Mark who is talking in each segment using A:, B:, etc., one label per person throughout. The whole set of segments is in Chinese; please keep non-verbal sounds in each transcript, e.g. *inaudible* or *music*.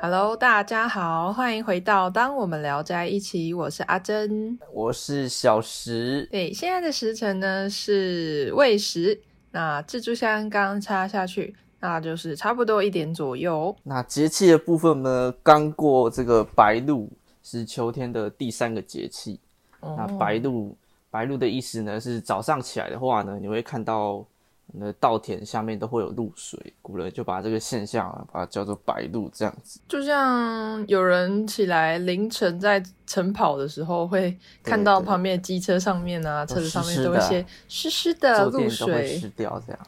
A: Hello，大家好，欢迎回到《当我们聊在一起》，我是阿珍。
B: 我是小石，
A: 对，现在的时辰呢是未时，那蜘蛛香刚插下去，那就是差不多一点左右。
B: 那节气的部分呢，刚过这个白露，是秋天的第三个节气。那
A: 哦
B: 白露，白露的意思呢是早上起来的话呢，你会看到你的稻田下面都会有露水，古人就把这个现象啊，把它叫做白露这样子。
A: 就像有人起来凌晨在晨跑的时候，会看到
B: 对
A: 旁边的机车上面啊、
B: 都
A: 车子上面
B: 湿湿
A: 都有一
B: 的
A: 些湿湿的
B: 坐
A: 呃露
B: 垫都会湿
A: 水，
B: 掉这样。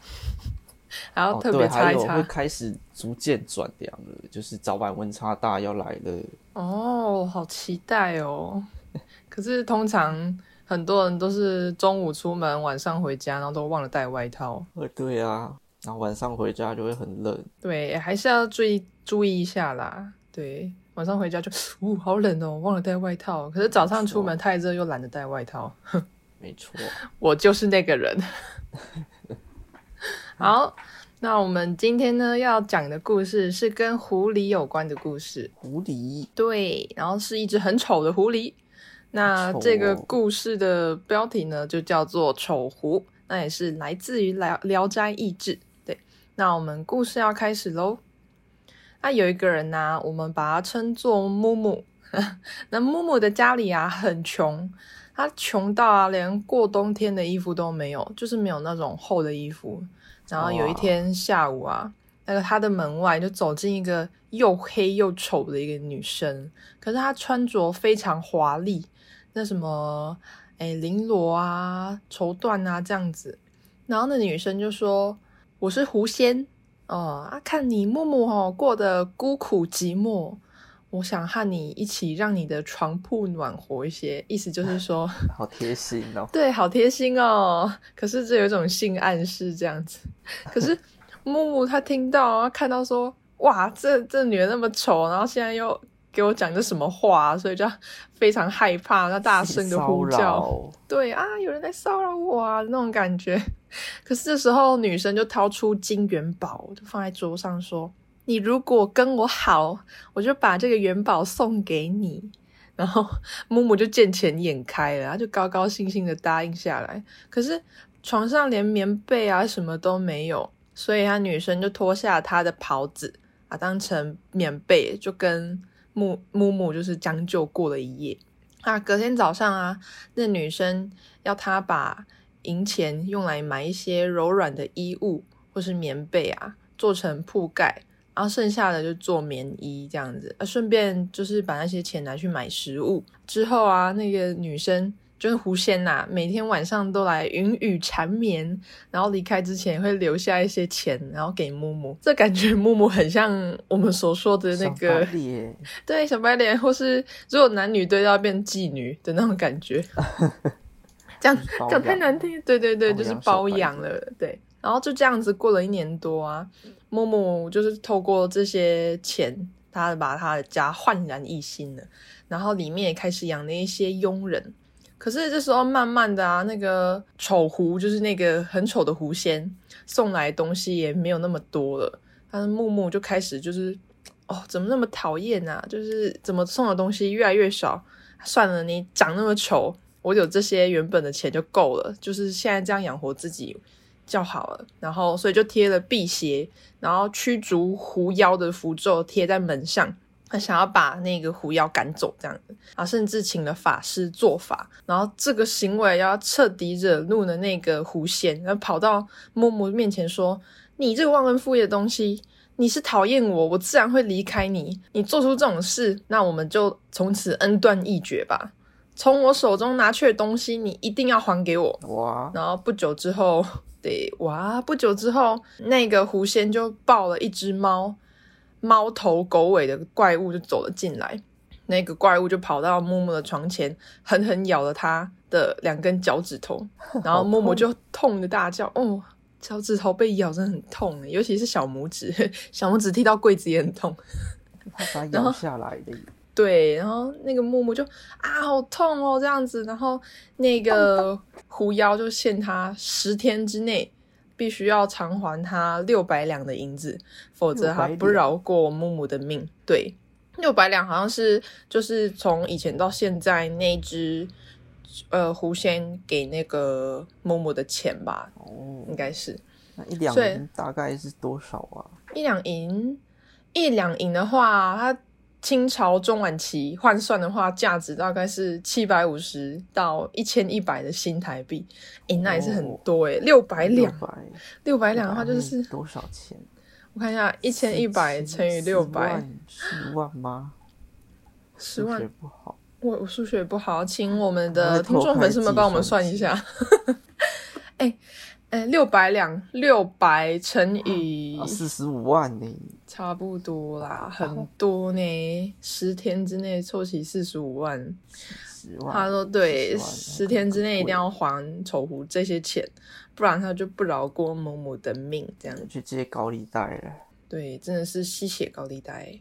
A: 然后
B: 哦，
A: 特别
B: 对，
A: 擦
B: 还
A: 一
B: 有
A: 擦
B: 会。开始逐渐转凉了，就是早晚温差大要来了。
A: 哦，好期待哦！可是通常很多人都是中午出门，晚上回家，然后都忘了带外套。
B: 呃，对啊，然后晚上回家就会很冷。
A: 对，还是要注意注意一下啦。对，晚上回家就，呜、好冷哦，忘了带外套。可是早上出门
B: 没
A: 太热，又懒得带外套。
B: 没错，
A: 我就是那个人。 *laughs* 好，那我们今天呢要讲的故事是跟狐狸有关的故事。
B: 狐狸
A: 对，然后是一只很丑的狐狸。那
B: 很丑
A: 这个
B: 哦
A: 故事的标题呢，就叫做《丑狐》，那也是来自于聊《聊斋志异》。对，那我们故事要开始喽。那有一个人呢、我们把他称作木木。那木木的家里啊很穷，他穷到啊连过冬天的衣服都没有，就是没有那种厚的衣服。然后有一
B: 哇
A: 天下午啊，那个他的门外就走进一个又黑又丑的一个女生，可是她穿着非常华丽，那什么，哎，绫罗啊、绸缎啊这样子。然后那女生就说：“我是狐仙，哦、啊，看你木木哦过得孤苦寂寞，我想和你一起让你的床铺暖和一些。”意思
B: *laughs*
A: 就是说，
B: 好贴心哦。
A: 对，好贴心哦。可是这有一种性暗示这样子。可是木木他听到啊，看到说，哇，这这女人那么丑，然后现在又给我讲这什么话、啊所以就非常害怕，那大声的呼
B: 性骚
A: 叫，
B: 扰哦
A: 对啊，有人来骚扰我啊那种感觉。 *laughs* 可是这时候女生就掏出金元宝，就放在桌上说：“你如果跟我好，我就把这个元宝送给你。”然后木木就见钱眼开了，他就高高兴兴的答应下来。可是床上连棉被啊什么都没有，所以他女生就脱下她的袍子啊，当成棉被，就跟木木木就是将就过了一夜。啊，隔天早上啊，那女生要他把银钱用来买一些柔软的衣物或是棉被啊，做成铺盖，然后剩下的就做棉衣这样子，啊，顺便就是把那些钱拿去买食物。之后啊，那个女生就是狐仙呐、每天晚上都来云雨缠绵，然后离开之前会留下一些钱，然后给木木。这感觉木木很像我们所说的那个
B: 小白脸
A: 对，小白脸，或是如果男女对到变妓女的那种感觉，这样
B: 包
A: 讲太
B: 养
A: 难听，对对对，
B: 包
A: 就是
B: 养小
A: 包
B: 白
A: 养了，对。然后就这样子过了一年多啊，木木就是透过这些钱，他把他的家焕然一新了，然后里面也开始养了一些佣人。可是这时候慢慢的啊，那个丑狐就是那个很丑的狐仙送来的东西也没有那么多了，但是木木就开始就是哦，怎么那么讨厌啊？就是怎么送的东西越来越少？算了，你长那么丑，我有这些原本的钱就够了，就是现在这样养活自己较好了。然后，所以就贴了辟邪，然后驱逐狐妖的符咒贴在门上。他想要把那个狐妖赶走，这样子啊，甚至请了法师做法，然后这个行为要彻底惹怒了那个狐仙，然后跑到木木面前说：“你这个忘恩负义的东西，你是讨厌我，我自然会离开你。你做出这种事，那我们就从此恩断义绝吧。从我手中拿去的东西，你一定要还给我。
B: 哇，
A: 然后不久之后， *laughs* 对，哇，不久之后，那个狐仙就抱了一只猫，猫头狗尾的怪物就走了进来。那个怪物就跑到木木的床前，狠狠咬了他的两根脚趾头，然后木木就痛的大叫：“哦，脚趾头被咬真的很痛，尤其是小拇指， *laughs* 小拇指踢到柜子也很痛。”
B: 他把它
A: 然后
B: 咬下来的，
A: 对，然后那个木木就啊好痛哦这样子，然后那个狐妖就限他十天之内必须要偿还他六百两的银子，否则他
B: 600
A: 不
B: 两
A: 饶过木木的命。对，六百两好像是就是从以前到现在那一只呃狐仙给那个某某的钱吧，
B: 哦，
A: 应该是
B: 那一两
A: 所以
B: 银大概是多少啊？
A: 一两银。一两银的话，它清朝中晚期换算的话，价值大概是七百五十到一千一百的新台币，诶、那也是很多诶、六百两，
B: 百
A: 哦六百两的话就是
B: 多少钱？
A: 我看一下，一千一百乘以六百，
B: 十万吗？
A: 十万
B: 数学。不好，
A: 我我数学不好，请我们
B: 我
A: 的
B: 会偷
A: 听众粉丝们帮我们算一下。 *laughs* 哎哎，六百两，六百乘以、
B: 啊四十五万呢、
A: 差不多啦，很多呢。十天之内凑齐四十五万，
B: 十
A: 他
B: 万。
A: 说对，
B: 40万
A: 十天之内一定要还丑狐这些钱，不然他就不饶过某某的命。这样
B: 去借高利贷了，
A: 对，真的是吸血高利贷。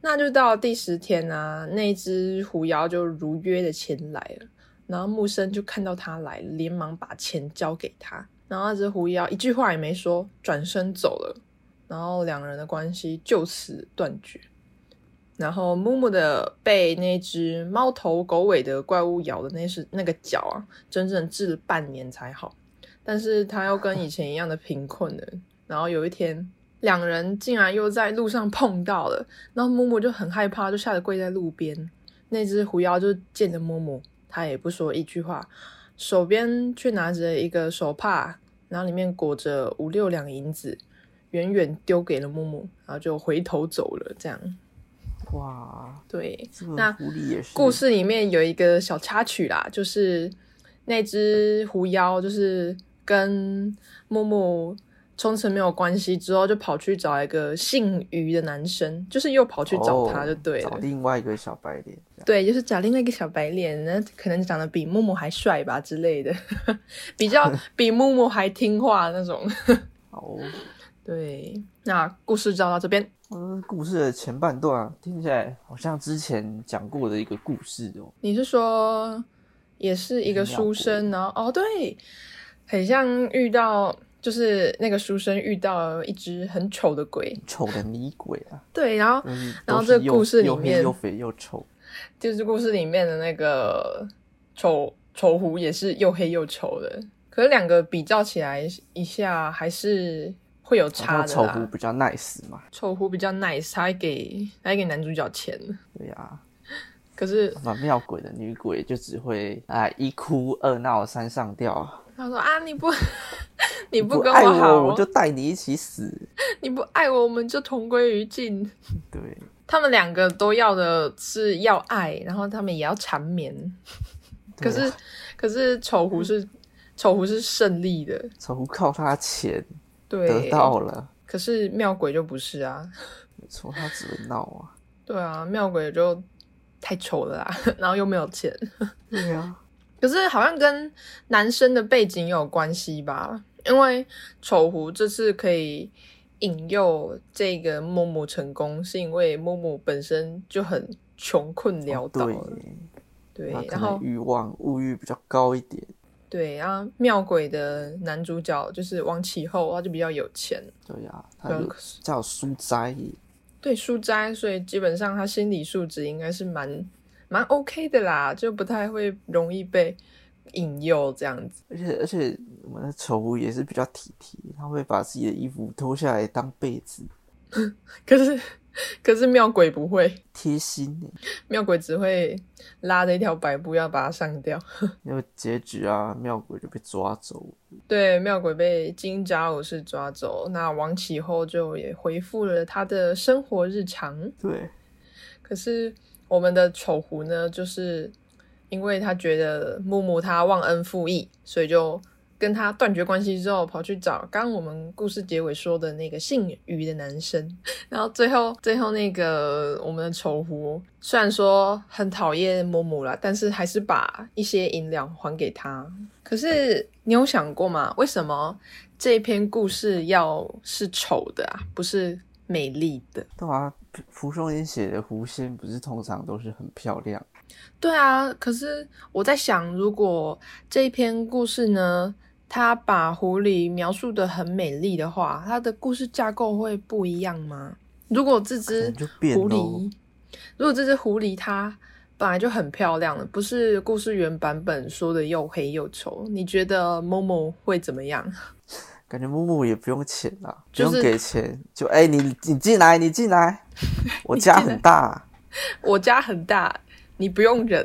A: 那就到第十天啊，那只狐妖就如约的前来了，然后木生就看到他来，连忙把钱交给他，然后那只狐妖一句话也没说，转身走了，然后两人的关系就此断绝。然后木木的被那只猫头狗尾的怪物咬的那是那个脚啊，整整治了半年才好，但是他又跟以前一样的贫困了。然后有一天，两人竟然又在路上碰到了，然后木木就很害怕，就吓得跪在路边。那只狐妖就见着木木，他也不说一句话，手边却拿着一个手帕，然后里面裹着五六两银子，远远丢给了木木，然后就回头走了。这样，
B: 哇！
A: 对，
B: 这个
A: 那
B: 狐狸也是
A: 故事里面有一个小插曲啦，就是那只狐妖，就是跟木木冲绳没有关系之后，就跑去找一个姓于的男生，就是又跑去找他就对了。
B: 哦找另外一个小白脸，这样
A: 对，就是找另外一个小白脸，那可能长得比木木还帅吧之类的， *laughs* 比较比木木还听话那种。
B: 哦。
A: 对，那故事就到这边。
B: 嗯，故事的前半段啊听起来好像之前讲过的一个故事哦。
A: 你是说也是一个书生，然后哦对，很像遇到就是那个书生遇到一只很丑的鬼，
B: 丑的女鬼
A: *laughs*
B: 啊，
A: 对，然后
B: 嗯
A: 然后
B: 都是
A: 这个
B: 又
A: 故事里
B: 又黑
A: 面
B: 又肥又丑，
A: 就是故事里面的那个丑丑狐也是又黑又丑的，可是两个比较起来一下还是会有差
B: 然后
A: 的
B: 丑狐
A: 啦。
B: 比较 nice 嘛，
A: 丑狐比较 nice，他还给他还给男主角钱，
B: 对啊，
A: 可是
B: 反妙鬼的女鬼就只会啊、一哭二闹三上吊啊，
A: 他说啊你不 *laughs* 你不
B: 不
A: 跟
B: 爱
A: 我好，哦
B: 我我就带你一起死，
A: 你不爱我，我们就同归于尽。
B: 对，
A: 他们两个都要的是要爱，然后他们也要缠绵。可
B: 对啊
A: 是，可是丑狐是丑狐是胜利的，
B: 丑狐靠他钱
A: 对，
B: 得到了，
A: 可是妙鬼就不是啊，
B: 没错，他只会闹啊，
A: 对啊，妙鬼就太丑了啦， *laughs* 然后又没有钱。
B: 对啊，
A: 可是好像跟男生的背景有关系吧，因为丑狐这次可以引诱这个木木成功，是因为木木本身就很穷困潦倒
B: 对
A: 了，
B: 耶，
A: 对
B: 哦他，可
A: 然后
B: 能欲望物欲比较高一点，
A: 对，然后妙鬼的男主角就是王启后，他就比较有钱，
B: 对啊，他
A: 对啊，
B: 有
A: 可是
B: 叫书斋，
A: 对书斋，所以基本上他心理素质应该是蛮蛮 OK 的啦，就不太会容易被引诱这样子。
B: 而且而且我们的丑狐也是比较体贴，他会把自己的衣服脱下来当被子，
A: 可是可是妙鬼不会，
B: 贴心欸耶。
A: 妙鬼只会拉着一条白布要把它上吊。
B: 因为结局啊，妙鬼就被抓走，
A: 对，妙鬼被金吒武士抓走，那王启后就也恢复了他的生活日常。
B: 对，
A: 可是我们的丑狐呢，就是因为他觉得木木他忘恩负义，所以就跟他断绝关系之后，跑去找刚刚我们故事结尾说的那个姓于的男生。 *laughs* 然后最后最后那个我们的丑狐，虽然说很讨厌木木啦，但是还是把一些银两还给他。可是你有想过吗？为什么这篇故事要是丑的啊，不是美丽的？
B: 对啊，蒲蒲松龄写的狐仙不是通常都是很漂亮，
A: 对啊，可是我在想，如果这一篇故事呢，它把狐狸描述的很美丽的话，它的故事架构会不一样吗？如果这
B: 可
A: 只
B: 能就变
A: 狐
B: 咯
A: 狸，如果这只狐狸它本来就很漂亮了，不是故事原版本说的又黑又丑，你觉得某某会怎么样？ *laughs*
B: 感觉木木也不用钱啦，
A: 就
B: 不
A: 是
B: 用给钱，就哎、你你进来，你进
A: *laughs*
B: 来，我家很大，
A: 我家很大，你不用忍，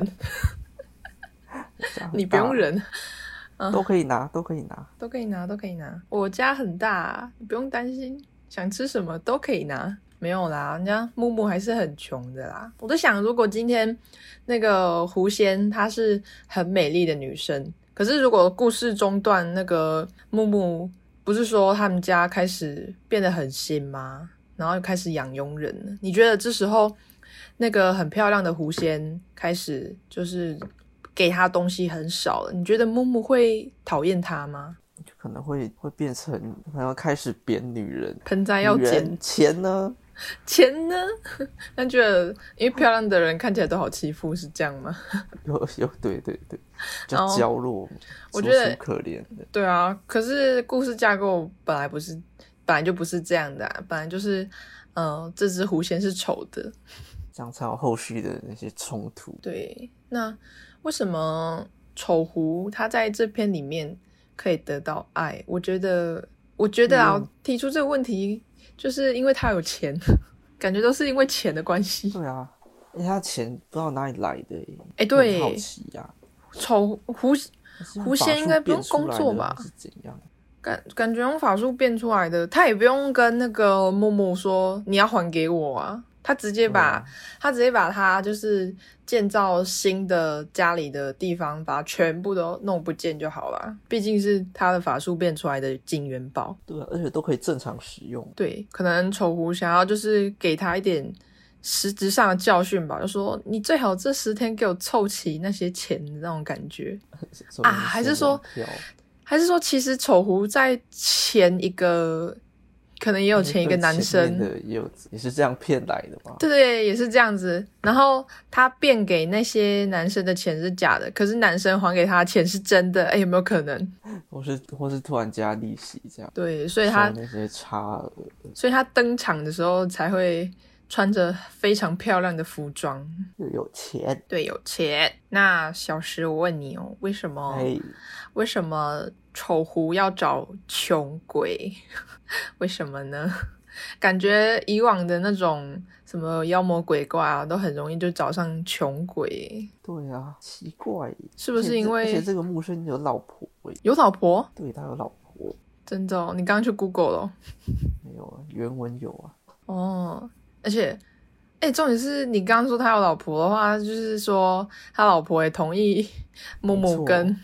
B: 家很
A: 你不用
B: 大
A: 忍，
B: 都可以拿，都可以拿。
A: 都可以拿，都可以拿。我家很大，你不用担心，想吃什么都可以拿。没有啦，人家木木还是很穷的啦。我在想，如果今天那个狐仙她是很美丽的女生，可是如果故事中段那个木木不是说他们家开始变得很新吗？然后又开始养佣人了，你觉得这时候那个很漂亮的狐仙开始就是给她东西很少了，你觉得木木会讨厌她吗？
B: 就可能会会变成，可能开始贬女人，
A: 盆栽要
B: 女人
A: 捡
B: 钱呢？
A: 钱呢？ *laughs* 那觉得因为漂亮的人看起来都好欺负，是这样吗？
B: 有有对对对，比
A: 然
B: 较
A: 后
B: 娇弱，
A: 我
B: 楚
A: 觉得
B: 楚可怜的。
A: 对啊，可是故事架构本来不是，本来就不是这样的、啊，本来就是，嗯、这只狐仙是丑的，
B: 这样才有后续的那些冲突。
A: 对。那为什么丑狐它在这篇里面可以得到爱？我觉得，我觉得啊，
B: 嗯
A: 提出这个问题，就是因为它有钱，感觉都是因为钱的关系。
B: 对啊，人家钱不知道哪里来的耶，
A: 哎、对
B: 我很，好奇呀、
A: 丑狐
B: 是
A: 狐仙
B: 法术
A: 应该不用
B: 变出
A: 工作
B: 来的
A: 吧
B: 还是怎样？
A: 感感觉用法术变出来的，他也不用跟那个木木说你要还给我啊，他直接把、他直接把他就是建造新的家里的地方，把它全部都弄不见就好了。毕竟是他的法术变出来的金元宝，
B: 对啊，而且都可以正常使用。 *laughs*
A: 对，可能丑狐想要就是给他一点实质上的教训吧，就说你最好这十天给我凑齐那些钱的那种感觉。
B: 什么
A: 啊还是
B: 仙人
A: 说
B: 跳
A: 还是说，其实丑狐在前一个，可能也有前一个
B: 对
A: 男
B: 前
A: 生
B: 面，的也有也是这样骗来的吧？
A: 对对，也是这样子。然后他变给那些男生的钱是假的，可是男生还给他的钱是真的， *laughs* 哎，有没有可能？
B: 或是或是突然加利息这样，
A: 对，所以他
B: 收那些差额，
A: 所以他登场的时候才会穿着非常漂亮的服装，
B: 又有钱，
A: 对，有钱。那小石，我问你哦，为什么？
B: 哎，
A: 为什么丑狐要找穷鬼？ *laughs* 为什么呢？感觉以往的那种什么妖魔鬼怪啊，都很容易就找上穷鬼，
B: 对啊，奇怪耶，
A: 是不是因
B: 而且这而
A: 为
B: 且这个木生有老婆耶？
A: 有老婆？
B: 对他有老婆，
A: 真的、哦，你刚刚去 Google 了
B: 没有啊，原文有啊，
A: 哦哦，而且。哎、重点是你刚刚说他有老婆的话，就是说他老婆也同意木
B: 没
A: 木
B: 错
A: 跟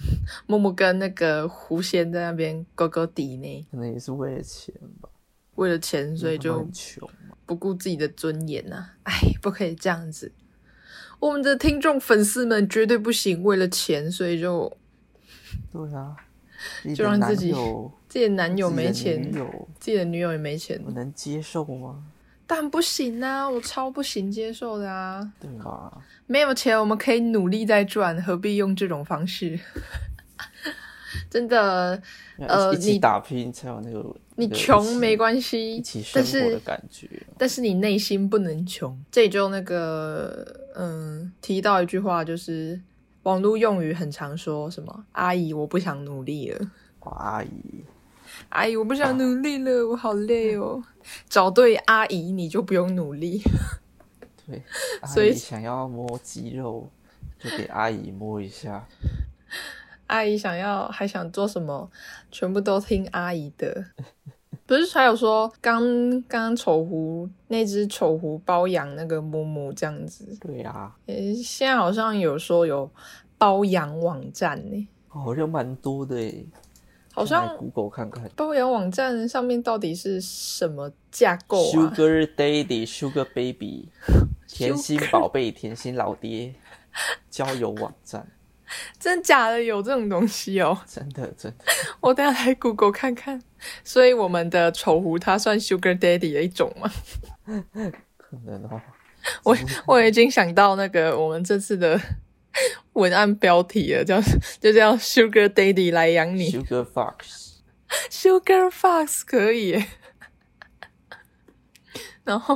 A: 木木跟那个狐仙在那边勾勾底呢，
B: 可能也是为了钱吧，
A: 为了钱，所以
B: 因为他们
A: 就
B: 很穷嘛。
A: 不顾自己的尊严呐、啊！哎，不可以这样子。我们的听众粉丝们绝对不行，为了钱，所以就
B: 对啊，你
A: 就
B: 的
A: 让
B: 男
A: 自己
B: 友
A: 自己的男友
B: 自己
A: 没
B: 的
A: 钱，
B: 女友
A: 自己的女友也没钱
B: 我，能接受啊吗？
A: 但不行啊，我超不行接受的啊！
B: 对吧？
A: 没有钱，我们可以努力再赚，何必用这种方式？ *laughs* 真的，
B: 要一
A: 呃
B: 一起
A: 你
B: 打拼才有那个
A: 你
B: 那个一
A: 穷
B: 起
A: 没关
B: 一
A: 系
B: 起，生
A: 但
B: 活
A: 是
B: 的感觉。
A: 但是你内心不能穷。这里就那个，嗯，提到一句话，就是网络用语很常说什么“阿姨，我不想努力了”，
B: 哇阿姨，
A: 阿姨，我不想努力了，我好累哦。找对阿姨，你就不用努力。
B: 对，阿
A: 所以
B: 姨想要摸肌肉，就给阿姨摸一下。
A: 阿姨想要还想做什么，全部都听阿姨 *laughs* 的。不是还有说，刚刚丑狐那只丑狐包养那个木木这样子，
B: 对啊，
A: 诶，现在好像有说有包养网站呢、
B: 哦好像蛮多的诶，
A: 好
B: 先来
A: 像
B: Google 看看。
A: 包养网站上面到底是什么架构啊？
B: Sugar Daddy, Sugar
A: *laughs*
B: Baby，甜心宝贝，甜心老爹，交友网站，
A: 真假的有这种东西哦？ *laughs*
B: 真的真的，
A: 我等一下来 Google 看看。所以我们的丑狐它算 Sugar Daddy 的一种吗？
B: 可能哦，
A: 我我已经想到那个我们这次的 *laughs* 文案标题了，叫就叫 Sugar Daddy 来养你
B: Sugar Fox，
A: ，Sugar Fox *laughs* 可以耶。然后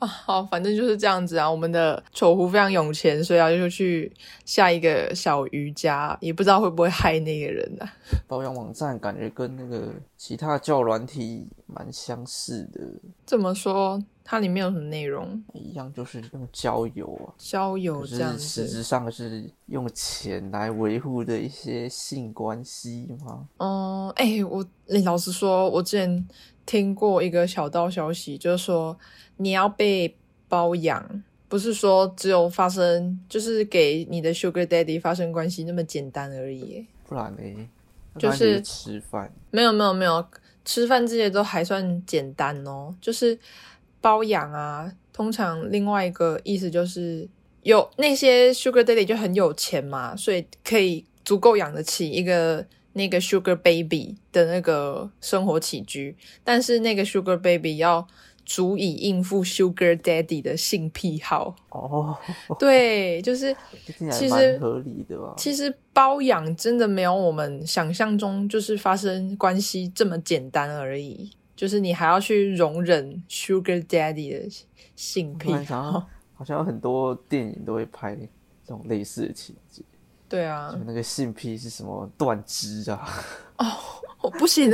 A: 啊，好，反正就是这样子啊。我们的丑狐非常有钱，所以啊，就去下一个小瑜伽，也不知道会不会害那个人啊。
B: 保养网站感觉跟那个其他教软体蛮相似的，
A: 这么说，它里面有什么内容？
B: 一样就是用交友啊，
A: 交友
B: 可
A: 哦这样
B: 是实
A: 子。
B: 质上是用钱来维护的一些性关系吗？
A: 哦，哎、我、欸、老实说，我之前听过一个小道消息，就是说你要被包养，不是说只有发生，就是给你的 sugar daddy 发生关系那么简单而已耶。
B: 不然呢？
A: 就
B: 不然你
A: 是
B: 吃饭，
A: 没有没有没有，吃饭这些都还算简单哦，就是包养啊。通常另外一个意思就是有那些 sugar daddy 就很有钱嘛，所以可以足够养得起一个那个 sugar baby 的那个生活起居，但是那个 sugar baby 要足以应付 sugar daddy 的性癖好。
B: 哦， *laughs*
A: 对，就是
B: 这听起
A: 其
B: 来
A: 实
B: 蛮合理的啊吧？
A: 其实包养真的没有我们想象中就是发生关系这么简单而已，就是你还要去容忍 Sugar Daddy 的性癖
B: 突然想
A: 好
B: 到，好像有很多电影都会拍这种类似的情节，
A: 对啊
B: 就，那个性癖是什么断肢啊，
A: 我不行，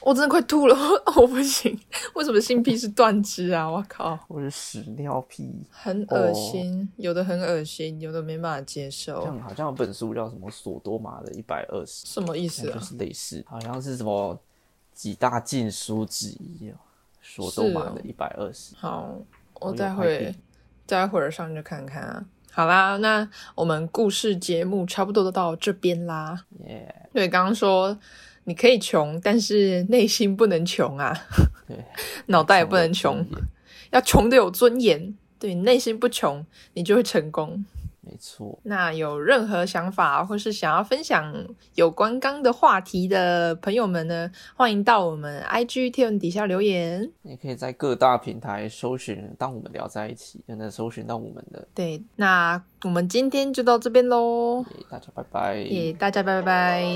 A: 我真的快吐了， *laughs* 我不行，为什么性癖是断肢啊？我靠，
B: 或者屎尿屁。
A: 很恶心，有的很恶心，有的没办法接受，
B: 像好像有本书叫什么《索多玛的一百二十》，
A: 什么意思
B: 就
A: 啊？
B: 是类似，好像是什么几大禁书之一啊，索多玛
A: 哦
B: 的一百二十。
A: 好，我
B: 我有
A: 待
B: 快
A: 会
B: 递
A: 待会儿上去看看啊。好啦，那我们故事节目差不多都到这边啦。
B: 耶、
A: 对，刚刚说你可以穷，但是内心不能穷啊，
B: 对，
A: *laughs* 脑袋也不能
B: 穷
A: 穷
B: 得有，尊严，
A: 要穷的有尊严。对，你内心不穷，你就会成功。
B: 没错。
A: 那有任何想法或是想要分享有关刚的话题的朋友们呢，欢迎到我们 IG 贴文底下留言。
B: 你可以在各大平台搜寻“当我们聊在一起”，就能搜寻到我们的。
A: 对，那我们今天就到这边喽。
B: 耶大家拜拜。
A: 也大家拜拜。